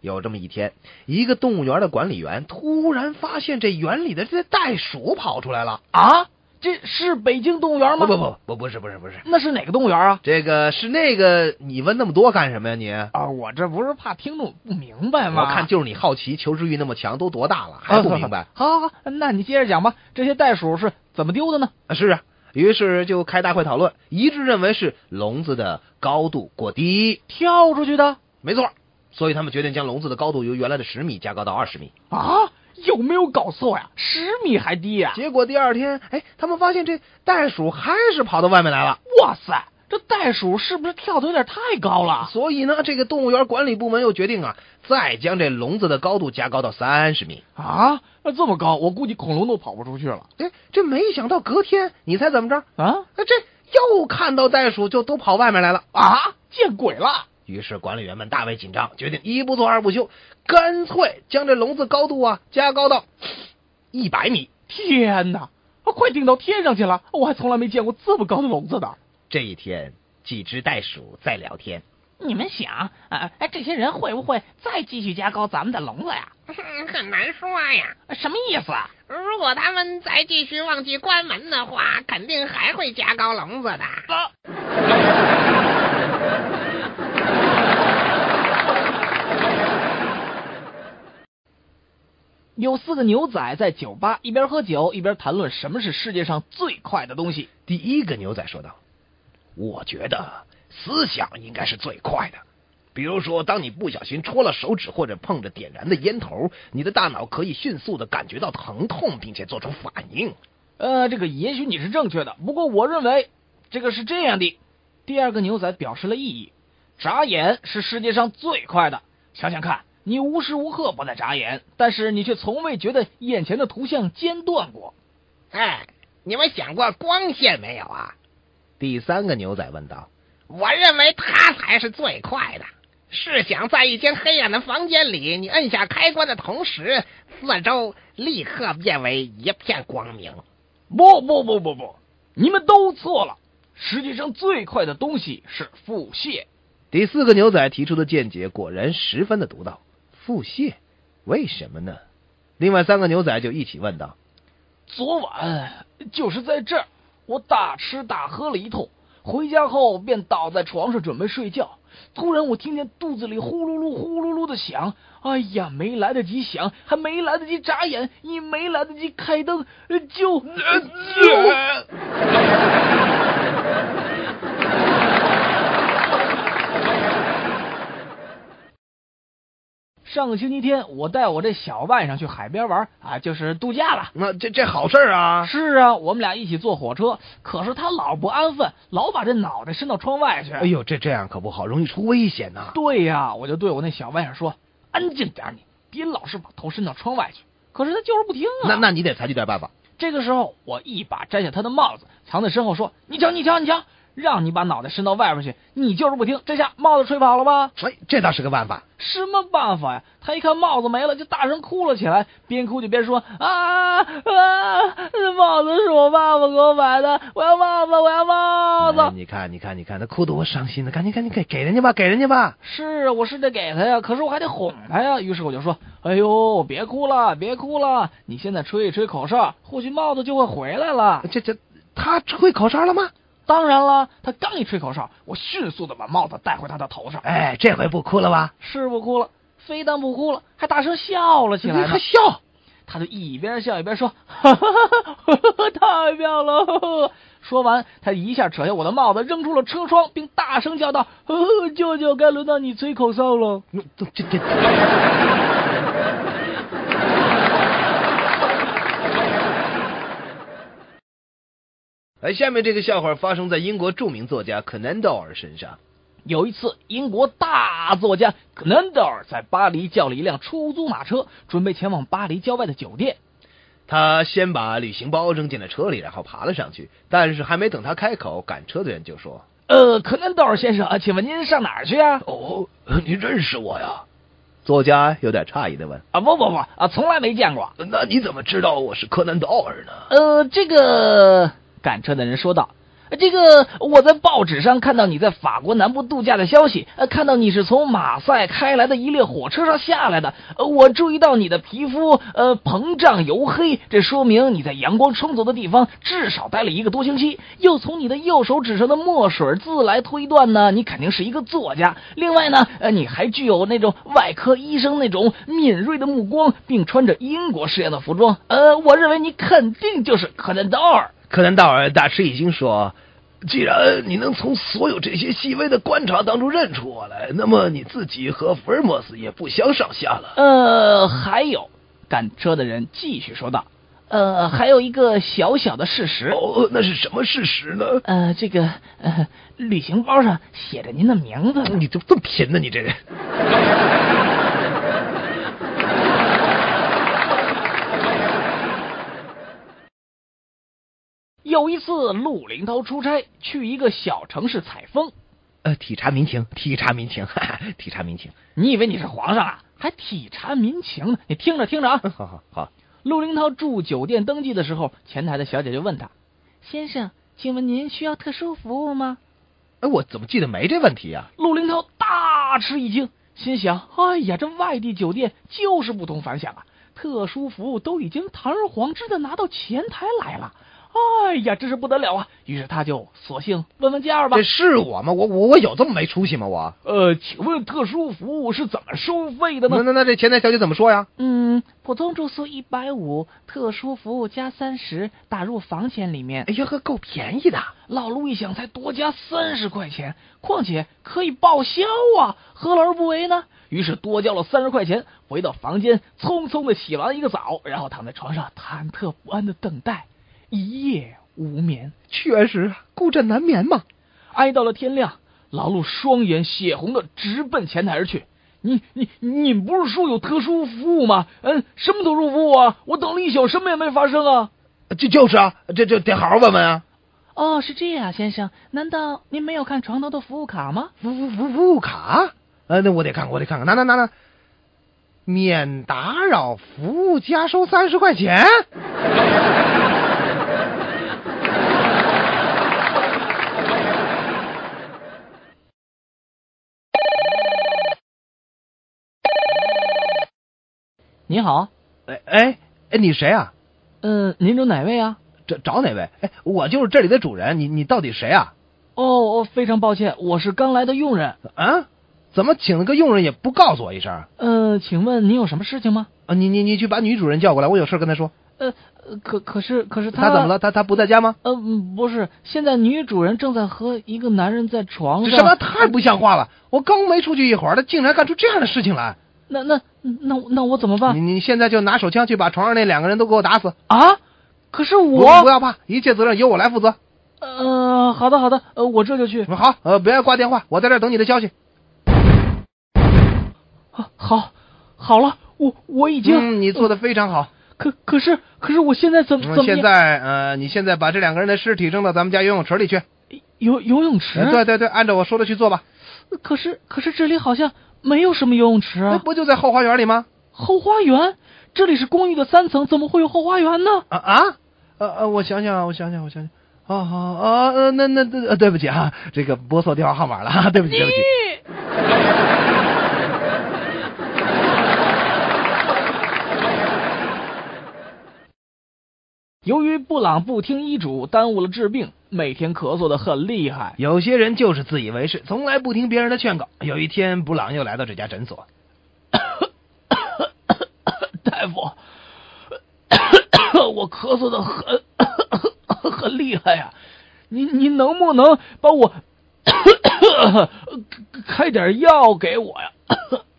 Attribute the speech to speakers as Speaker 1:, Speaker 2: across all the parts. Speaker 1: 有这么一天，一个动物园的管理员突然发现这园里的这袋鼠跑出来了。
Speaker 2: 啊，这是北京动物园
Speaker 1: 不
Speaker 2: 吗？
Speaker 1: 不，不不不是不是不是，
Speaker 2: 那是哪个动物园啊？
Speaker 1: 这个是那个，你问那么多干什么呀你？
Speaker 2: 啊，我这不是怕听众不明白吗？
Speaker 1: 我看就是你好奇，求知欲那么强，都多大了还不明 白？
Speaker 2: 好好好，那你接着讲吧。这些袋鼠是怎么丢的呢？
Speaker 1: 啊，是啊，于是就开大会讨论，一致认为是笼子的高度过低，
Speaker 2: 跳出去的
Speaker 1: 没错。所以他们决定将笼子的高度由原来的十米加高到二十米。
Speaker 2: 啊？有没有搞错呀？十米还低呀、
Speaker 1: 结果第二天，哎，他们发现这袋鼠还是跑到外面来了。
Speaker 2: 哇塞，这袋鼠是不是跳的有点太高了？
Speaker 1: 啊所以呢，这个动物园管理部门又决定啊，再将这笼子的高度加高到三十米。
Speaker 2: 啊，那这么高，我估计恐龙都跑不出去了
Speaker 1: 哎，这没想到隔天，你猜怎么着？
Speaker 2: 啊
Speaker 1: 哎这又看到袋鼠就都跑外面来了。
Speaker 2: 啊！见鬼了！
Speaker 1: 于是管理员们大为紧张，决定一不做二不休，干脆将这笼子高度啊加高到一百米。
Speaker 2: 天哪，啊快顶到天上去了！我还从来没见过这么高的笼子呢。
Speaker 1: 这一天，几只袋鼠在聊天。
Speaker 2: 你们想，呃，哎，这些人会不会再继续加高咱们的笼子呀？
Speaker 3: 嗯很难说呀。
Speaker 2: 什么意思啊？
Speaker 3: 如果他们再继续忘记关门的话，肯定还会加高笼子的。
Speaker 2: 有四个牛仔在酒吧一边喝酒一边谈论什么是世界上最快的东西。
Speaker 1: 第一个牛仔说道：“我觉得思想应该是最快的。比如说，当你不小心戳了手指或者碰着点燃的烟头，你的大脑可以迅速的感觉到疼痛，并且做出反应。
Speaker 2: 呃，这个也许你是正确的，不过我认为这个是这样的。第二个牛仔表示了异议，眨眼是世界上最快的。想想看，你无时无刻不在眨眼，但是你却从未觉得眼前的图像间断过。
Speaker 3: 哎，你们想过光线没有啊？”
Speaker 1: 第三个牛仔问道
Speaker 3: 我认为它才是最快的。试想，在一间黑暗的房间里，你摁下开关的同时，四周立刻变为一片光明。
Speaker 2: 不不不不不，你们都错了。世界上最快的东西是腹泻。：“
Speaker 1: 第四个牛仔提出的见解果然十分的独到。腹泻，为什么呢？”另外三个牛仔就一起问道
Speaker 2: 昨晚呃就是在这儿，我大吃大喝了一通，回家后便倒在床上准备睡觉。突然，我听见肚子里呼噜噜、呼噜噜的响。哎呀，没来得及想，还没来得及眨眼，也没来得及开灯，呃就就上个星期天，我带我这小外甥去海边玩啊，就是度假了。：“
Speaker 1: 那这这好事儿啊！”
Speaker 2: 是啊，我们俩一起坐火车，可是他老不安分，老把这脑袋伸到窗外去。
Speaker 1: 哎呦，这这样可不好，容易出危险呐、
Speaker 2: 对呀、我就对我那小外甥说：“安静点儿你，别老是把头伸到窗外去。”可是他就是不听啊。
Speaker 1: 那那你得采取点办法。
Speaker 2: 这个时候，我一把摘下他的帽子，藏在身后说：“你瞧，你瞧，你瞧，让你把脑袋伸到外边去，你就是不听。这下帽子吹跑了吧？
Speaker 1: 哎，这倒是个办法。
Speaker 2: 什么办法呀？”他一看帽子没了，就大声哭了起来，边哭就边说：“啊啊！这帽子是我爸爸给我买的，我要帽子，我要帽子。
Speaker 1: 哎你看，你看，你看，他哭得多伤心呢！赶紧，赶紧给给人家吧，给人家吧。
Speaker 2: 是，啊我是得给他呀，可是我还得哄他呀。于是我就说：“哎呦，别哭了，别哭了，你现在吹一吹口哨，或许帽子就会回来了。
Speaker 1: 这这，他会口哨了吗？”
Speaker 2: 当然了，他刚一吹口哨，我迅速的把帽子戴回他的头上。
Speaker 1: 哎，这回不哭了吧？
Speaker 2: 是不哭了，非但不哭了，还大声笑了起来 呢
Speaker 1: 还。笑。
Speaker 2: 他就一边笑一边说：“哈哈哈哈太妙了！”呵呵说完，他一下扯下我的帽子，扔出了车窗，并大声叫道：“呵呵舅舅，该轮到你吹口哨了。”
Speaker 1: 嗯这这这， 哎，下面这个笑话发生在英国著名作家柯南道尔身上。
Speaker 2: 有一次，英国大作家格南德尔在巴黎叫了一辆出租马车，准备前往巴黎郊外的酒店。
Speaker 1: 他先把旅行包扔进了车里，然后爬了上去。但是还没等他开口，赶车的人就说
Speaker 2: 呃，格南德尔先生，啊，请问您上哪儿去啊：“？
Speaker 1: 哦，你认识我呀？”作家有点诧异的问
Speaker 2: 啊，不不不，啊，从来没见过。：“
Speaker 1: 那你怎么知道我是柯南道尔呢
Speaker 2: 呃，这个赶车的人说道：“这个我在报纸上看到你在法国南部度假的消息，呃，看到你是从马赛开来的一列火车上下来的，呃，我注意到你的皮肤呃膨胀黝黑，这说明你在阳光充足的地方至少待了一个多星期。又从你的右手指上的墨水字来推断呢，你肯定是一个作家。另外呢，呃，你还具有那种外科医生那种敏锐的目光，并穿着英国式样的服装。呃，我认为你肯定就是柯南道尔。
Speaker 1: 柯南道尔大吃一惊说：“既然你能从所有这些细微的观察当中认出我来，那么你自己和福尔摩斯也不相上下了。
Speaker 2: 呃，还有，赶车的人继续说道，呃，还有一个小小的事实，
Speaker 1: 哦，那是什么事实呢？
Speaker 2: 呃，这个呃，旅行包上写着您的名字。
Speaker 1: 你怎么这么贫呢？你这人。
Speaker 2: 有一次，陆林涛出差去一个小城市采风，
Speaker 1: 呃，体察民情， 体察民情，哈哈，体察民情。
Speaker 2: 你以为你是皇上啊？还体察民情呢？你听着听着啊！
Speaker 1: 嗯好好好，
Speaker 2: 陆林涛住酒店登记的时候，前台的小姐就问他：“先生，请问您需要特殊服务吗
Speaker 1: 哎，我怎么记得没这问题啊？”
Speaker 2: 陆林涛大吃一惊，心想：“哎呀，这外地酒店就是不同凡响啊！特殊服务都已经堂而皇之的拿到前台来了，哎呀，真是不得了啊！”于是他就索性问问价吧
Speaker 1: 这。是我吗？我我我有这么没出息吗？我
Speaker 2: 呃，请问特殊服务是怎么收费的
Speaker 1: 那
Speaker 2: 呢？
Speaker 1: 那那这前台小姐怎么说呀？
Speaker 2: 嗯，普通住宿一百五，特殊服务加三十，打入房钱里面。
Speaker 1: 哎呀，呵，够便宜的。
Speaker 2: 老陆一想，才多加三十块钱，况且可以报销啊，何乐而不为呢？于是多交了三十块钱，回到房间，匆匆的洗完一个澡，然后躺在床上忐忑不安的等待，一夜无眠。
Speaker 1: 确实，孤枕难眠嘛。
Speaker 2: 挨到了天亮，老陆双眼血红的直奔前台而去。你你你们不是说有特殊服务吗？嗯，什么特殊服务啊？我等了一宿，什么也没发生啊！
Speaker 1: 就就是啊，这这得好好问问啊。
Speaker 2: 哦，是这样，先生，难道您没有看床头的服务卡吗？
Speaker 1: 服服服服务卡？呃，那我得看看，我得看看，拿拿拿拿。免打扰服务加收三十块钱。
Speaker 2: 您好，
Speaker 1: 哎哎哎，你谁啊？
Speaker 2: 嗯，您找哪位啊？
Speaker 1: 找找哪位？哎，我就是这里的主人，你你到底谁啊？
Speaker 2: 哦，我非常抱歉，我是刚来的佣人。
Speaker 1: 啊？怎么请了个佣人也不告诉我一声？
Speaker 2: 呃，请问您有什么事情吗？
Speaker 1: 啊，你你你去把女主人叫过来，我有事跟她说。
Speaker 2: 呃，呃可可是可是他
Speaker 1: 她怎么了？？她她不在家吗？
Speaker 2: 呃，嗯不是，现在女主人正在和一个男人在床
Speaker 1: 这
Speaker 2: 上。
Speaker 1: 什么？太不像话了！我刚没出去一会儿，她竟然干出这样的事情来！
Speaker 2: 那那那那我怎么办
Speaker 1: 你你现在就拿手枪去把床上那两个人都给我打死！
Speaker 2: 啊？可是
Speaker 1: 不
Speaker 2: 我
Speaker 1: 不要怕，一切责任由我来负责。
Speaker 2: 呃，好的好的，呃，我这就去。
Speaker 1: 好，呃，不要挂电话，我在这儿等你的消息。
Speaker 2: 啊好，好了，我我已经。
Speaker 1: 嗯，你做的非常好。
Speaker 2: 可可是可是我现在怎么
Speaker 1: 嗯
Speaker 2: 怎么
Speaker 1: 现
Speaker 2: 样
Speaker 1: 在呃，你现在把这两个人的尸体扔到咱们家游泳池里去。
Speaker 2: 啊游游泳池？
Speaker 1: 呃对对对，按照我说的去做吧。
Speaker 2: 可是可是这里好像没有什么游泳池
Speaker 1: 那
Speaker 2: 啊。
Speaker 1: 哎不就在后花园里吗？
Speaker 2: 后花园？这里是公寓的三层，怎么会有后花园呢？
Speaker 1: 啊啊，呃呃，我想想，啊，我想想，我想想。啊好啊，呃那那那、呃对不起啊，这个拨错电话号码了，啊，对不起对不起。
Speaker 2: 由于布朗不听医嘱，耽误了治病，每天咳嗽的很厉害。
Speaker 1: 有些人就是自以为是，从来不听别人的劝告。有一天，布朗又来到这家诊所，
Speaker 2: 大夫，我咳嗽的很很厉害呀、您您能不能把我开点药给我呀？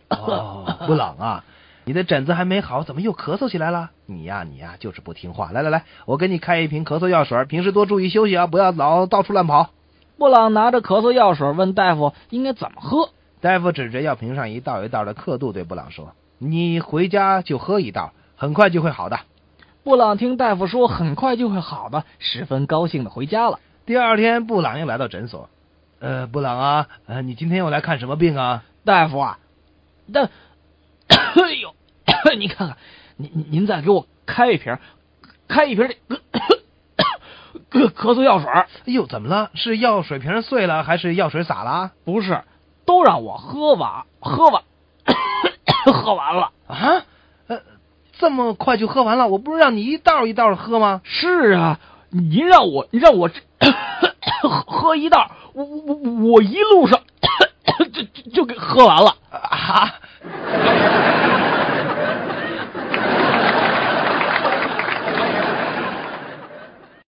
Speaker 1: 哦，布朗啊，你的疹子还没好，怎么又咳嗽起来了？你呀、你呀、就是不听话。来来来，我给你开一瓶咳嗽药水，平时多注意休息啊，不要老到处乱跑。
Speaker 2: 布朗拿着咳嗽药水问大夫应该怎么喝。
Speaker 1: 大夫指着药瓶上一道一道的刻度对布朗说：“你回家就喝一道，很快就会好的。”
Speaker 2: 布朗听大夫说很快就会好的，十分高兴的回家了。
Speaker 1: 第二天，布朗又来到诊所。呃，布朗啊，呃，你今天又来看什么病啊？
Speaker 2: 大夫啊，但哎呦， 您看看，您您您再给我开一瓶，开一瓶这咳咳咳嗽药水儿，
Speaker 1: 哎呦，怎么了？是药水瓶碎了，还是药水洒了啊？
Speaker 2: 不是，都让我喝完，喝完，喝完了。
Speaker 1: 啊？呃，这么快就喝完了？我不是让你一道一道喝吗？
Speaker 2: 是啊，您让我，您让我这喝 喝一袋儿，我我我我一路上就就就给喝完了。
Speaker 1: 啊？